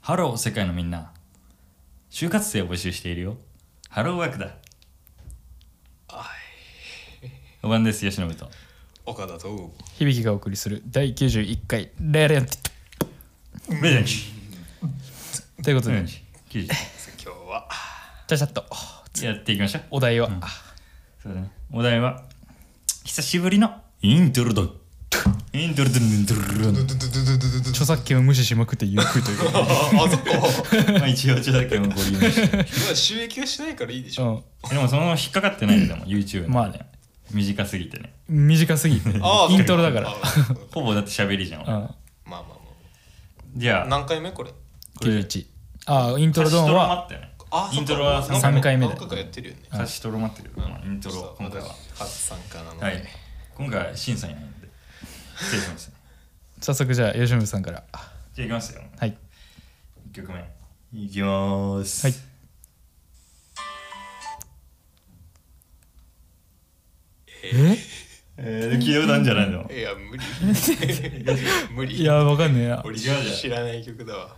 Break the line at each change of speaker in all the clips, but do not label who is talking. ハロー世界のみんな就活生を募集しているよハローワークだおばんです吉信と
岡田と
響きがお送りする第91回レレンテ
レジェンシ
ということで、
レジェンシ
今日は
ちゃちゃっと
やっていきましょう
お題は、
そうだねお題は久しぶりのイントロドンイントロドンイントロドン
著作権を無視しまくってゆっくりというか、
ああそっか
まあ一応著作権をご利用して
まあ収益はしないからいいでし
う
ょ
でもそのまま引っかかってないけども YouTube
ま
ま
あ
で
ね
短すぎてね
ん、短すぎ て
あー
イントロだから
あ、そうそう
ほぼだって喋りじゃん、
う
俺
ん、
まあまあ
じ
まあ
ゃあ
何回目これ
これ
91ああイントロドン
差し
は
止まったよね
あ
イントロは
そっか
三回目だ
何回かやってるよね
差しとろまってるけど、まあ、イント
ちょ
ロ
っと
今回は
私初参加なので、
はい今回は審査いないんで失礼しますね
早速じゃあ吉村さんから
じゃあいきますよ
はい
1曲目いきます
はいえ
えー、聞いたことあるんじゃないの
いや 無理無理
いやわかんねえな
俺
違うじゃん
知らない曲だわ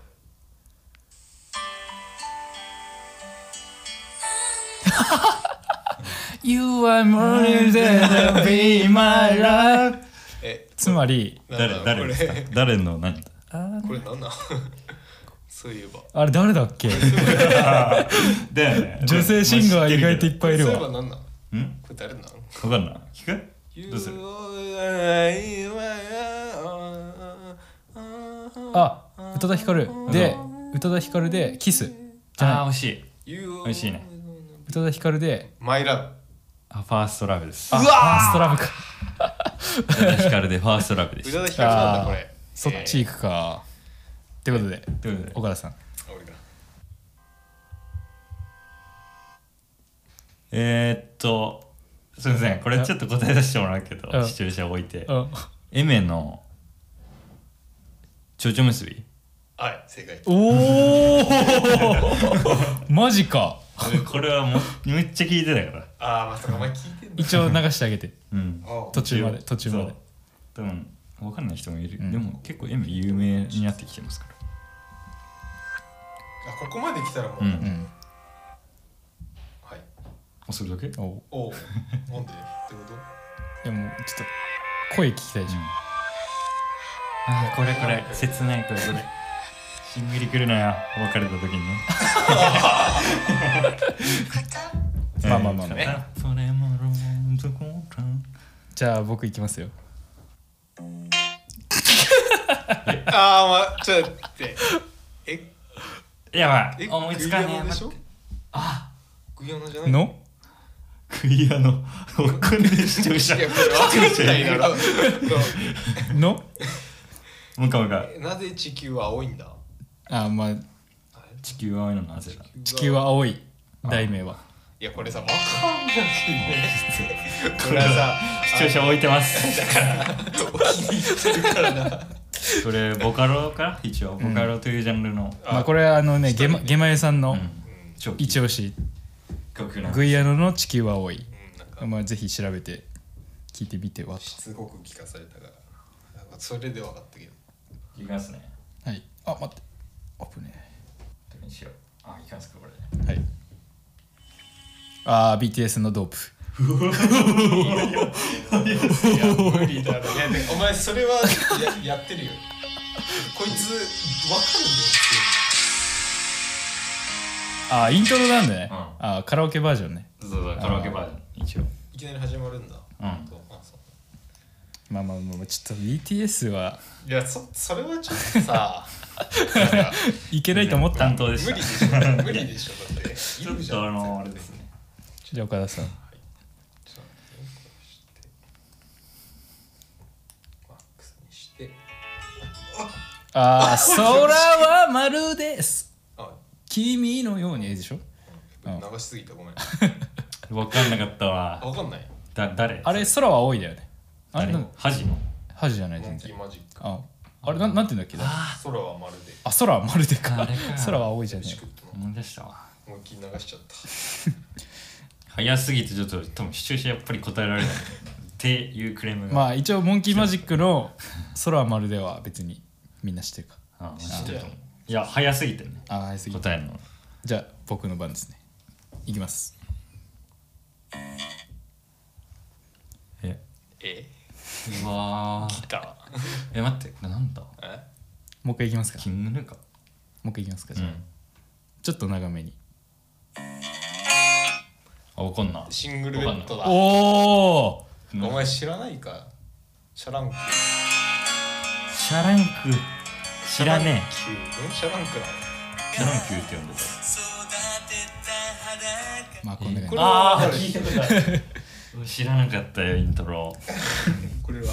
「You are more than
Be my love
え」
つまり
誰
なんだ
誰
こ
ですか
れ
誰の何
あ
これな んなんそういえば
あれ誰だ っけ
だよね
女性シンガー意外といっ
ん
ぱいいる
そういえば
わ
なんなんこ
分
れ誰なん
かんない聞くどうする
あ宇多田ヒカルで宇多田ヒカルで「キス」じゃ
あー
ない
惜しい
美
美味しいね。
宇多田ヒカルで
マイラ
あファーストラブです
「あファーストラブ」か
宇多田ヒカルでファーストラブで
ブ。宇
す
多田ヒカルなんだ
あー
これ。
そっち行くか。ってことで、
ということで
岡田さん。
えー。俺が
えー、っとすみませんこれちょっと答えさせてもらうけ
う
ど
ん
視聴者置いて
うん。
エメの蝶々結び
はい正解。
おお マジか。
俺 これはもうめっちゃ聞いてたから
ああまさかお前聞いてんだ。
一応流してあげて。
うん
あ
途中まで、途中まで。
多分分かんない人もいる、
ん
でも結構エメ有名になってきてますから
あここまで来たらもう。
うん
は
うん。
い。
あそれだけ
おう
おお。なんで？ってこと？
でも、ちょっと、声聞きたいじゃん。
あーこれこれ切ないこれこれしんみりくるのよ別れた時にね
まあまあまあまあ
ねそれもロマンチック
じゃあ、僕行きますよ。
ああまあちょっと待って。え
やば
え
い思いつかねえ
グイヤマでしょ
待ってあ
グヤナじゃない？い
の
クリアのわかんねえ視聴 者
やこれわかんないだ ろ。
の
もう一回もう一回
えなぜ地球は青いんだ？
あ、まあ、
地球は青いのなぜだ
地球。は青い。題名は。
いやこれさわかんないね。こ
こ
れ
れ
は
は
さ。
視聴者置いて ますこれボカロか一応ボカロというジャンルの
まあ、これはあのね、ゲマゲマユさんの
超
一押し、
曲な
グイアノの地球は青い。
うんなんか
まあ、ぜひ調べて、聞いてみてはと。
すごく聞かされたからなんかそれで分かったけど
いきますね
はい。あ、待って。あぶね
どれにしようあいきますかこれ
え。はい。あー、BTS のドープ。
無理だろいやでお前それはやや ってるよこいつ分かるんだよ
あー、イントロなんだね。
うん
あー、カラオケバージョンね。
そうそうカラオケバージョン一応
普通いきなり始まるんだ
うん
あそう
まあまあまあまあ、ちょっと BTS はい
やそそれはちょっ とさ
いけないと思った
担。当でし
無
た
理でしょ無理でしょだってい
ちょ
る
っ
じゃん
とあのあれで
絶対
すね
じゃあ岡田さん。
ちょっと待ってこうしてマックスにして
あー、空はまるです。
あ
君のようにえでしょ
流しすぎたごめん
分かんなかったわ
分か んない
だ誰
あれ、空は青いだよね。あれ、
誰
なん
恥の
恥じゃない、
モ
全
ンキ
然
ー。マジック
あ、あれ、なんなんて言うんだっけあ、
空はまるで
空はまるでか
あれか。
空は青いじゃね
し
え
く。ったの
思い出したわ
思いっきり流しちゃった
早すぎてちょっと多分視聴者やっぱり答えられないっていうクレームが、
まあ、一応、モンキーマジックの空はまるでは別にみんな知ってるか。
あ、知ってると思ういや早すぎてね
ああ、すぎた。
答えるの
じゃあ、僕の番ですね。いきます。
え
え
うわ
来た
え待ってこれなんだ
え
もう一回いきますか。
キングヌーか
もう一回いきますか。
う
じゃあ、
ん
ちょっと長めに。
あわかんない
シングルベッドだ
おお
お前知らないかシャランク
シャランク知らね
シャランキューんシャランクなの
えシャランキューって呼んで
まあ、こんな
こ
感じ
れ。
あ
は
ー
分かる
聞いたことある 知らなかったよイントロ
これは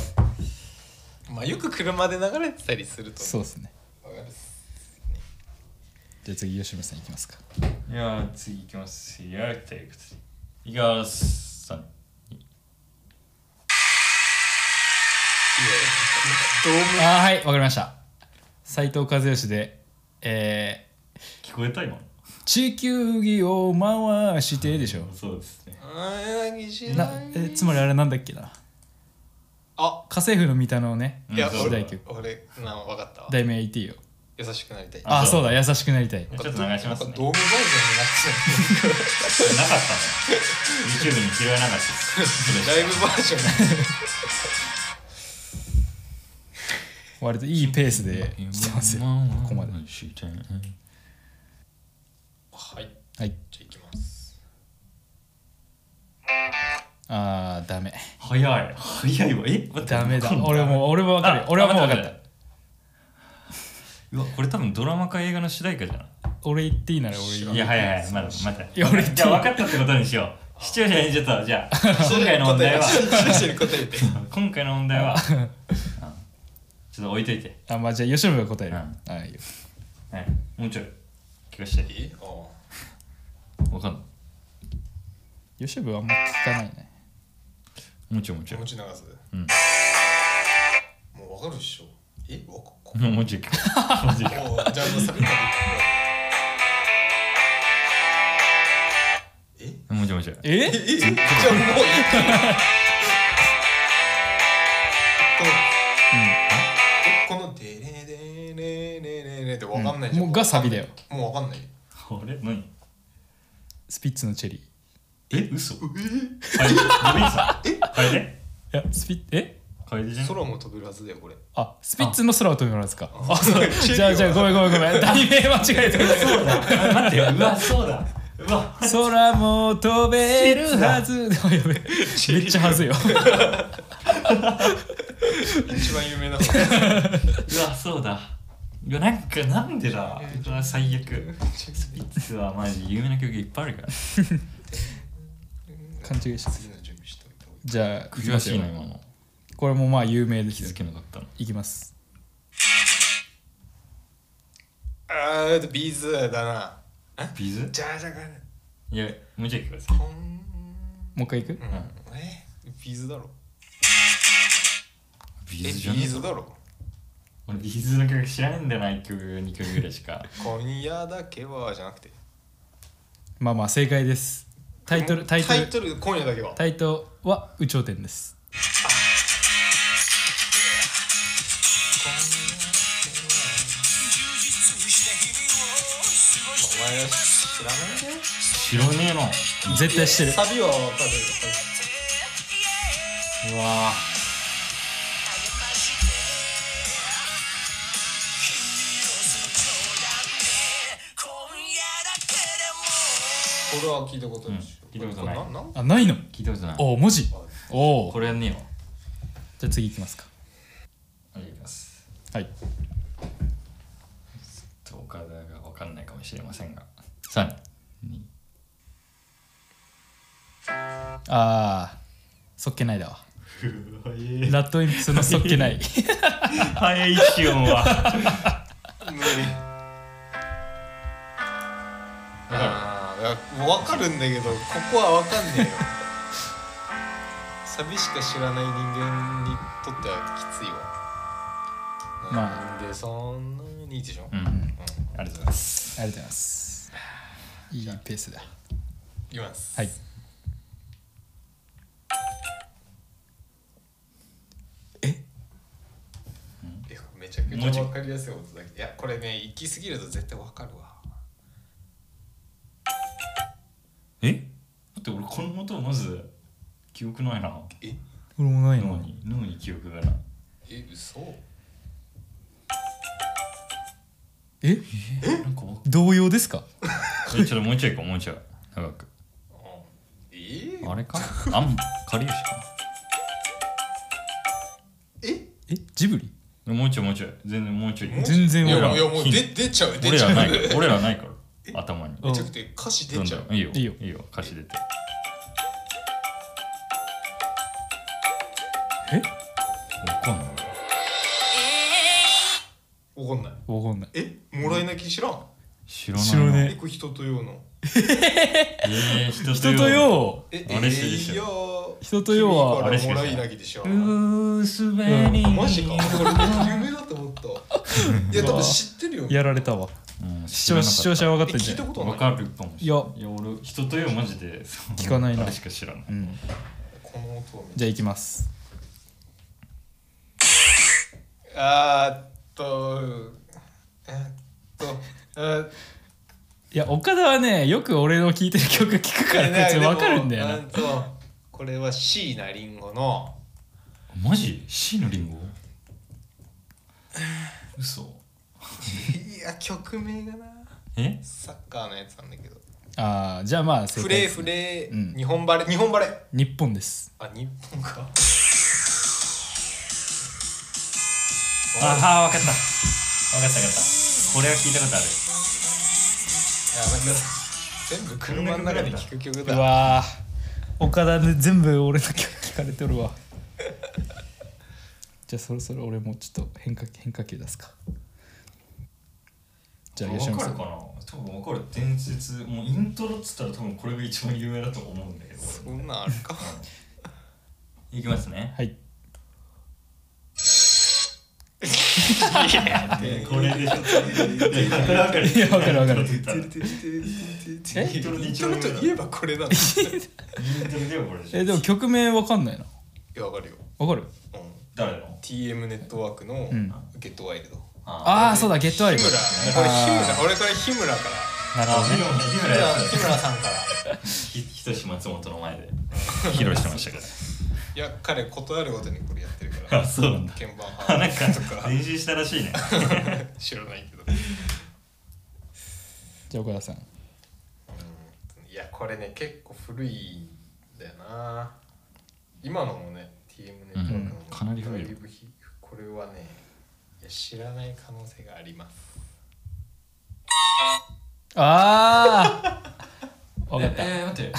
まあよく車で流れてたりすると
そうですね。
わかるっす
じゃあ次、吉村さんいきますか。
いやー次行きますよーっていくついきますさん
いやいやドーム
ああ、はい、わかりました。斉藤和義で、え
聞こえた今
ー、地球儀を回してでしょ。
そうですね
あー知ら
な
ない
えつまりあれなんだっけな
あ
家政婦の三田のね
いや
うんそう
だ
俺
よ
俺な分かったわ
題名言っていいよ
優しくなりたい
あ
そ
そううだ優しくなりた
ち
い
ょっと流します
なん
ね
かドームバージョンになっちゃう
なかったのよ YouTube に拾えなかった です
ライブバージョン
割といいペースで来てますよここまで
はいじゃあ
はい
いきます
あーダメ
早い早いわえ待って
ダメ
わ
だ
かんない
俺も俺も分かるよ
あ
俺はもう分
待
か
て
った
待てうわこれ多分ドラマか映画の主題歌じゃない
俺言っていいなら俺言う
いや早い早いまだまだ
いや俺
じゃあ分かったってことにしよう視聴者にちょっとじゃあ 今回の問題は
一緒に答えて
今回の問題はうんちょっと置いといて、
あまあじゃあ吉村が答える、
うん
あいいよ
はい、もうちょい聞かして
えあ
わかんない
吉村はあんま聞かないね
もうちょいもう
気
ちょい
持ち流す
うん
もうわかるでしょえわかっこ
もうもうちょい聞こうもうちょい聞こ
もうじゃあもうサビまで行く
うもうちょいもうちょい
え
え
えじゃあもういいこのえこのデレデレデレレってわかんないじゃん
うんもうがサビだよ
もうわかんない
あれ何
スピッツのチェリーい
え嘘えはいロビンさん楓
やスピッえ
楓じゃん
空も飛べるはずだよこれ
あスピッツの空を飛びますかあ
チェリーは
じゃあじゃあごめんごめんごめん 題名間違えてる
そうだあ 待ってようわそうだうわ
空も飛べるはずあやべえ めっちゃはずいよ
一番有名な
うわそうだいやなんかなんでだうわ最悪スピッツはマジ有名な曲いっぱいあるから
勘違いしちゃった
次の準備しておいた方がいい
じゃあいき
悔
ます
しい
よ
な今の
これもまあ有名で
気づ
すよ
けなかったの
いきます
あーあとビーズだな
ビズ
じゃあじゃあかね
いやもうちょい聞かせて
こん
もう一回い
う
く
んえビーズだろえ
ビ
ビ
ズじゃねえ
ー
ぞ
ズだろ
俺ビーズの曲知らないんだよな1曲2曲ぐらいしか
今夜だけはじゃなくて
まあまあ正解ですタイトルタイトル
今夜だけは
タイトルは「有頂天」です
お前は知らないんだよ
知らねえな
絶対してる
サビはわかる
うわ
これは聞いたことないでしょ
うん聞いたことない
これんん
あないの
聞いたことない
おお文字お
こ
お
れやんねえわ
じゃあ次いきますか
はいいきます
はい
ちょっと岡田がわかんないかもしれませんが321
あーそっけないだわラッドインプスのそっけない
早い一音は
無理ああもうわかるんだけどここはわかんねえよサビしか知らない人間にとってはきついわ
ま
なんでそんなにでしょ、
うんありがとうございます
ありがとうございますいいペースだ
いきます
はい
えめっちゃくちゃわかりやすい音だけどいやこれね行き過ぎると絶対わかるわ
えだって俺この音まず記憶ないな
俺もない
脳
の
に脳に記憶がない
え嘘
え
えなんかわ
同様ですか
えちょっともうちょい行こうもうちょい長く
えー
あれかあんかりゆしか
え
えジブリ
もうちょいもうちょい全然もうちょい
もう
全
い
然
や
俺
ら
いやもう出出ちゃう出
俺
ちゃ
ら
う
ないから俺らないから頭に
うん
めちゃくちゃ歌詞
ど
出
ん
ち
ど
ゃうん
いいよ
いいよ
いいよ歌詞出て
え
わかんない
わかんない
わかんない
えもらい泣き知らん
知らない
知らね
えこれ人と用の
えー、人
人とよ
え
あれ知り知
い
り
やー
人と用
君
は
から
あれ知り
も
知
ら
り
い泣きでしょ
うすべり
マジかこれ夢だと思ったいや多分知ってるよ
やられたわ
うん
視
知ら
聴
なかった
視聴者は分かってん
聞
じゃ
いた
ん
こと
わ
ない
かるかもし
い
れ
や
ないいや俺人とよマジでそう
聞かないな
あれしか知らない
うん
この音を見
じゃあ行きます
あーっとえーっとえーっ
いや岡田はねよく俺の聴いてる曲聴く
と
からこいつ
でも
分かるんだよ
う
なん
とこれは椎名林檎の
マジ ?C のリンゴ嘘
いや曲名がな
え
サッカーのやつなんだけど
ああじゃあまあ正
フ
解
レ
で
ー
す
フレー、
うん
日本バレー日本バレー
日本です
あ日本
ああ
か
分かった分かった分かったこれは聞いたことある
やばいな全部車の中で聴く曲
う
だ
わー岡田で全部俺の曲聴かれてるわ じゃあそろそろ俺もちょっと変化変化球出すかじゃあ吉
分
野
か
さ
る
ん
かな多分分かる伝説もうイントロっつったら多分これが一番有名だと思うんだけど
そんなんある か
いきますね
はい
これでしょこれ分かる
いや分かる分かる
え
イントロで
イン
一
ト
番
ロ
上だ
といえばこれなのい
イントロでもこれでしょ
えでも曲名分かんないな
やわかるよ、
分かる
うん、
誰の
TM ネットワークの
うん
「ゲットワイルド」
あ
ああそうだゲットアイ
日
ブ
村これ日村俺これ日村から
ああヒロヒ
日
ロや
村
つ
日村さんから
ひひとし松本の前で披露してましたか
いや彼断るごとにこれやってるから
ら あそうなんだ
鍵盤
あなんか
派とか
練習したらしいね
知らないけど
じゃあ岡田さん
いやこれね結構古いんだよな今のもね TM ネットワークのも、
うんかなり古いよ
だぶひこれはねいや知らない可能性があります
ああ分かった
えー、待って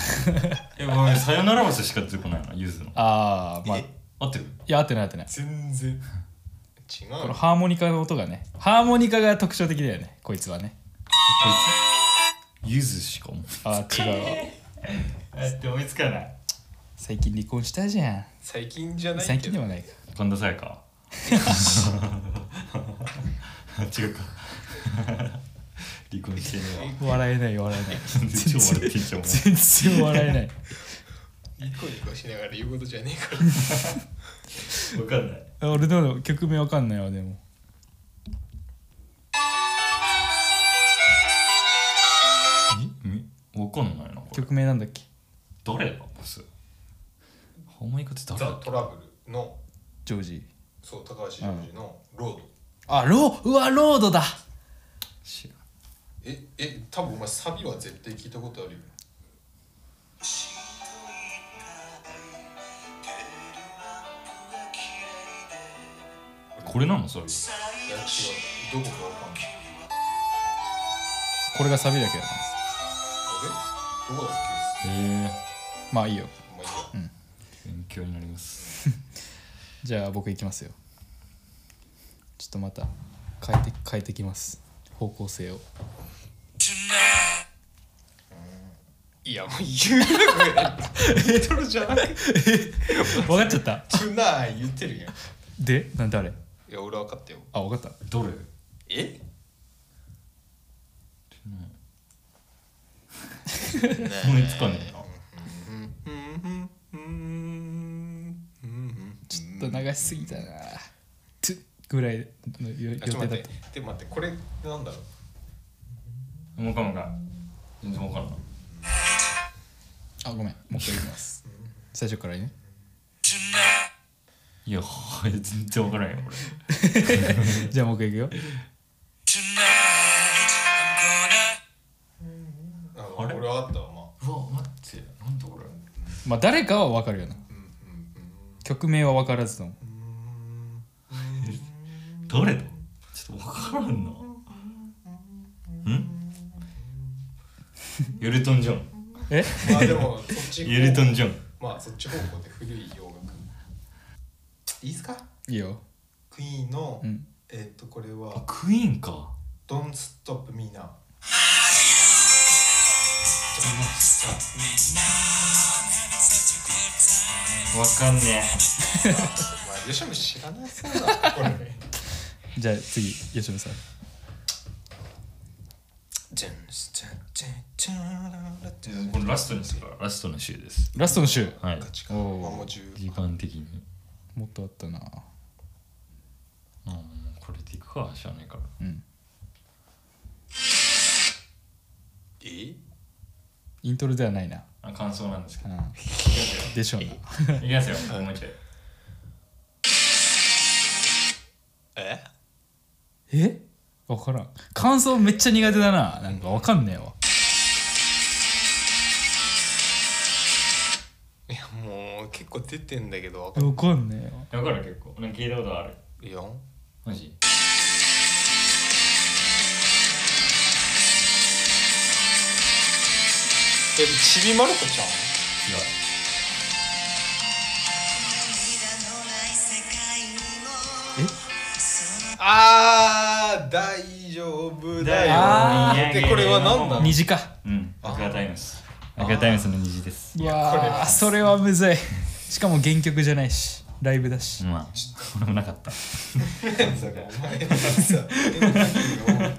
えごめんさよならバスしか出てこないなゆずの
ああまあい
え
合ってる
や合ってない合ってない
全然違う
この
の
ハーモニカの音がねハーモニカが特徴的だよねこいつはね
こいつゆずしかも
あー違うわ
えって思いつかない
最近離婚したじゃん
最近じゃないけど
最近ではないか
神田沙也加 違うか離婚してねわ
笑えない笑えない
全然超笑ってんじゃんお前
全然笑えない
ニコニコしながら言うことじゃねえか
わかんない
俺の曲名わかんないわでも
えみわかんないなこれ
曲名なんだっけ
誰だボスハーモニカって
ら
誰
ザ・
だ
トラブルの
ジョージ
そう高橋ジョージのロード
あローうわロードだ
知らん
ええ多分お前サビは絶対聞いたことあるよ
これなのそれ
いや違うどこかわかんない
これがサビだけどな
あれどこだっ
へえ
まあいいよ
けまあいいや
勉強になります
じゃあ僕行きますよちょっとまた変えて変えてきます方向性 を
いや、もう言うなこれ。イントロじゃなくて、
分かっちゃった
チュナー言ってるやん。い
でなん誰
や、俺分かったよ。
あ分かっ
どれ
え
思いつかねえな
たちょっと流しすぎたなトゥぐらいの予予
あちょっと待
定だっ
って
た
でも待ってこれなんだろう
もかもか全然わからんない
あごめんもう一回いきます最初からね
いや はい全然わからんよ俺
じゃあもう一回いくよ
あ
あれ
俺はあったわまあ
うわ待ってなんで俺
まあ誰かは分かるよな
うんうん
曲名は分からずとも
うん
誰だちょっとわからんな。 んヨルトン・ジョン。
え
まあでもそっち
ヨルトン・ジョン。
まあそっち方向で古い洋楽いいっすか
いいよ
クイーンの、
うん
えっとこれ
あ
は
クイーンか。
「Don't Stop Me Now」
わかんね
まあ、よしも知らなそうだなこれ
じゃあ次吉野さん
え。これラストにするから、ラストの週です。
ラストの週
はい。
あ
おー
もう十
時間的に。
もっとあったな
うん、これでいくか、知らないから。
うん
え
イントロではないな、
あ感想なんですけ
う
ど。
ん、でしょうない
きますよ。いきますよ。もう一回。
え
え分からん感想めっちゃ苦手だななんか分かんねえわ
いやもう結構出てんだけどわかん
分かんねえわ
わかる結構。なんか聞いたことある。
ないよ
マジ
えちびまる子ちゃん
違う。
あー大丈夫だよ
あ
ー
でこれは何なの
虹か
うん。アクアタイムス。アクアタイムスの虹です。
う
これ
わ
は
あそれはむずいしかも原曲じゃないしライブだし、
まあ、俺もなかった。
お前のさ絵の中によ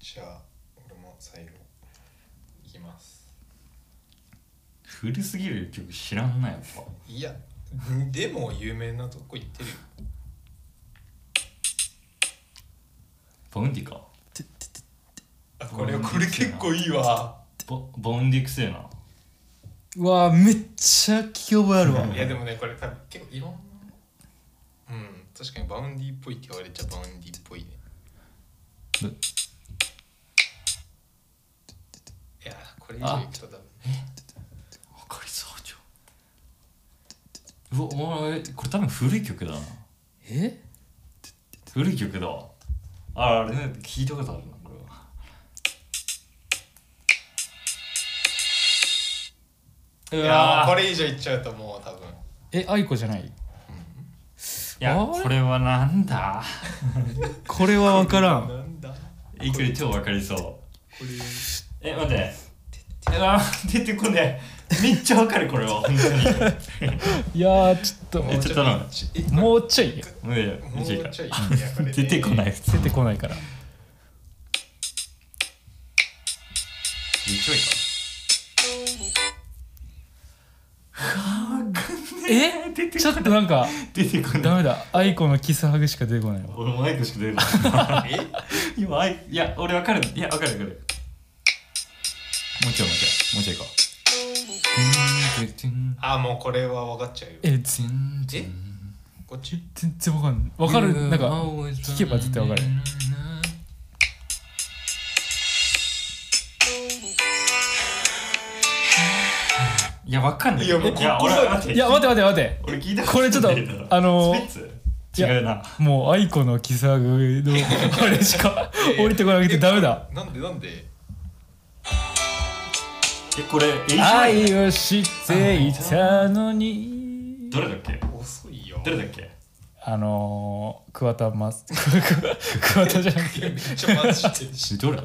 じゃあ俺も最後いきます
古すぎる曲知らんな、やっぱ。
いやでも有名なとこ行ってるよ
バウンディか。
あこれこれ結構いいわ
ボボンディクセーな。
うわあめっちゃ聞き覚えあるわ
いやでもねこれ多分結構いろんなうん確かにバウンディっぽいって言われちゃバウンディっぽいね
ど
いやこれ以上いくと多分
わかりそうじゃん。うわ、お前、これ多分古い曲だな。
え
古い曲だわ。あ、あれね、聞いたことあるな、これは。う
いや
わ
こ
れ
れ以上いっちゃうともう多分
え愛子じゃない
いや
あれ
これはなんだ
これは分からん
なんだ
え、これ超わかりそう。
これ
え、待って。え、あ、出てこねえ。めっちゃわかる、これは。本当に。
いやーちょっ
めっちゃ頼む。
え
ともうちょい
無理だよ。
もうちょい
短いか
いやこ
ら
れね
出てこない、普通
出。てこないから
めっちゃいか。
え
出て
ちょっとなんか
出てこ
ダ
ない。
メだ愛子のキスハグしか出てこないわ
俺もアイコしか出て こない。
え
今アイいや俺わかるいやわかるわかる。もうちょいもうちょいもうちょいか。
あもうこれは分かっちゃうよ
え全
えこっち
全然わかんないわかるなんか聞けば絶対わかる
いやわかんない。
いやもうこ
いや俺は待って
いや待て待て待て
俺聞いた
これちょっと
ないんだよ
あのー
スピッツ違うな。
もう愛子のキスハグのあれしか降りてこなくてダメだ
なんでなんで
えこれ H
愛をしていたのに
どれだっけ？
遅いよ
どれだっけ？
あのー、桑田真す 桑田じゃなく
いや
て
めっちゃマジ でし
どれだ？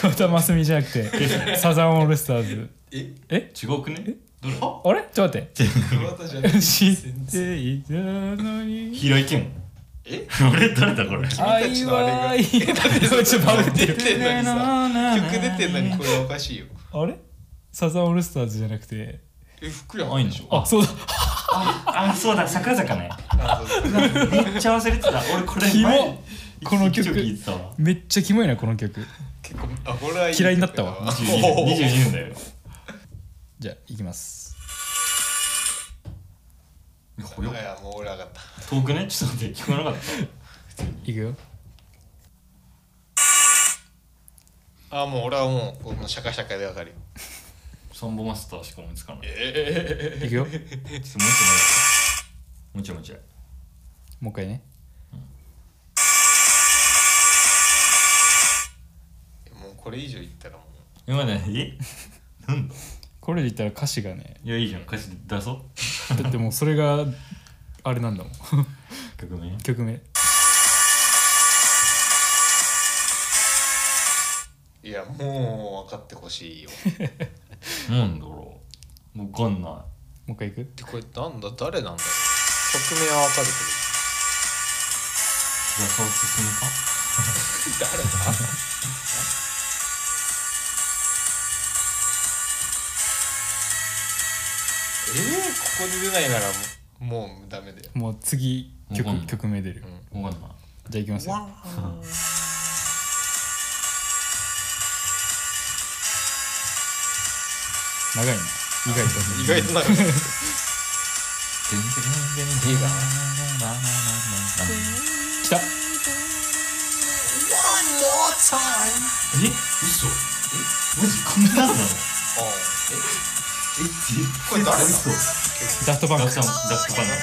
桑田真澄じゃなくてサザンオールスターズ
え
え
違うくね？どれ？
あれちょっと待って
桑田じゃない
知っていたのに
平井堅。
え
俺誰だこれ？
愛は 愛ちょっとバグって
出
る
てんのにさ曲出てんのにこれおかしいよ
あれサザンオールスターズじゃなくて
え服や
あいい
ん
の
でしょ
あそうだ
あそうだ桜坂ね
あそうそう
めっちゃ忘れてた俺これ
キモ
前
この
一
曲
時聴いてたわ
めっちゃキモいなこの曲
結構あこれはいい
嫌いになったわ
22
曲だ
年22年だよ
じゃあいきます
いや早っ
いやもう俺上がった
遠くねちょっと待って聞こえなかった
いくよ
あもう俺はもうこのシャカシャカでわかるよ
サンボマスターしか思いつかないちょ
え
いくよ
っともうちょいもうちょいもうちょい
もう一回ね
えもうこれ以上言ったらもう
今までえなんだ
これで言ったら歌詞がね
いやいいじゃん歌詞出そう
だってもうそれがあれなんだもん
曲名
曲名
いやもう分かってほしいよ
なんだろうわかんな
もう一回いく
でこれなんだ誰なんだろう曲名は分かる
い安尾進むか
けど誰だえー、ここで出ないならもうもうダメだよ、
もう次曲
わかんない
曲名出る
うん
わかんない
じゃあいきますよ長いな意外と
意外となんか
いいか
きた
え嘘えマジこんななんなの
あー
え
これ誰なの
嘘
ダフトバン
ダ
ク
フトダフトパンダう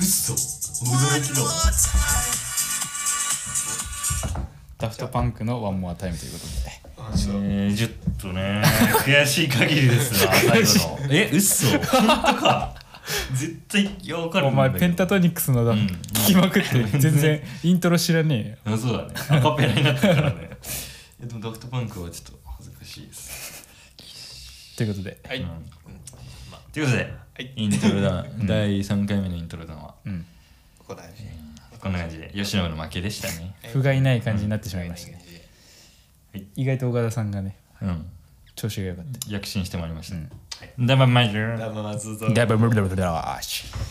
嘘驚きだわ
ダフトパンクの「ワンモアタイムということで
あちょっと
えー、ちょっと ね悔しい限りですわ最後の え嘘本当か絶対いやわかる
お
んだけ
前
ど
ペンタトニックスのだ
うん
聞きまくって全然イントロ知らねえよ
あそうだねアカペラになったからねえ でもダフトパンクはちょっと恥ずかしいです
ということで
はい、
うん
は
ということで、
い
イントロダウン、第3回目のイントロダウンは
うん
ここだね
こんな感じで吉野の負けでしたね
不甲斐ない感じになってしまいましたね意外と岡田さんがね
うん
調子が良かった
躍進してまいりました、
うん
ダバマジュ
ダママズゾ
ダブルダブルダブルダッシュ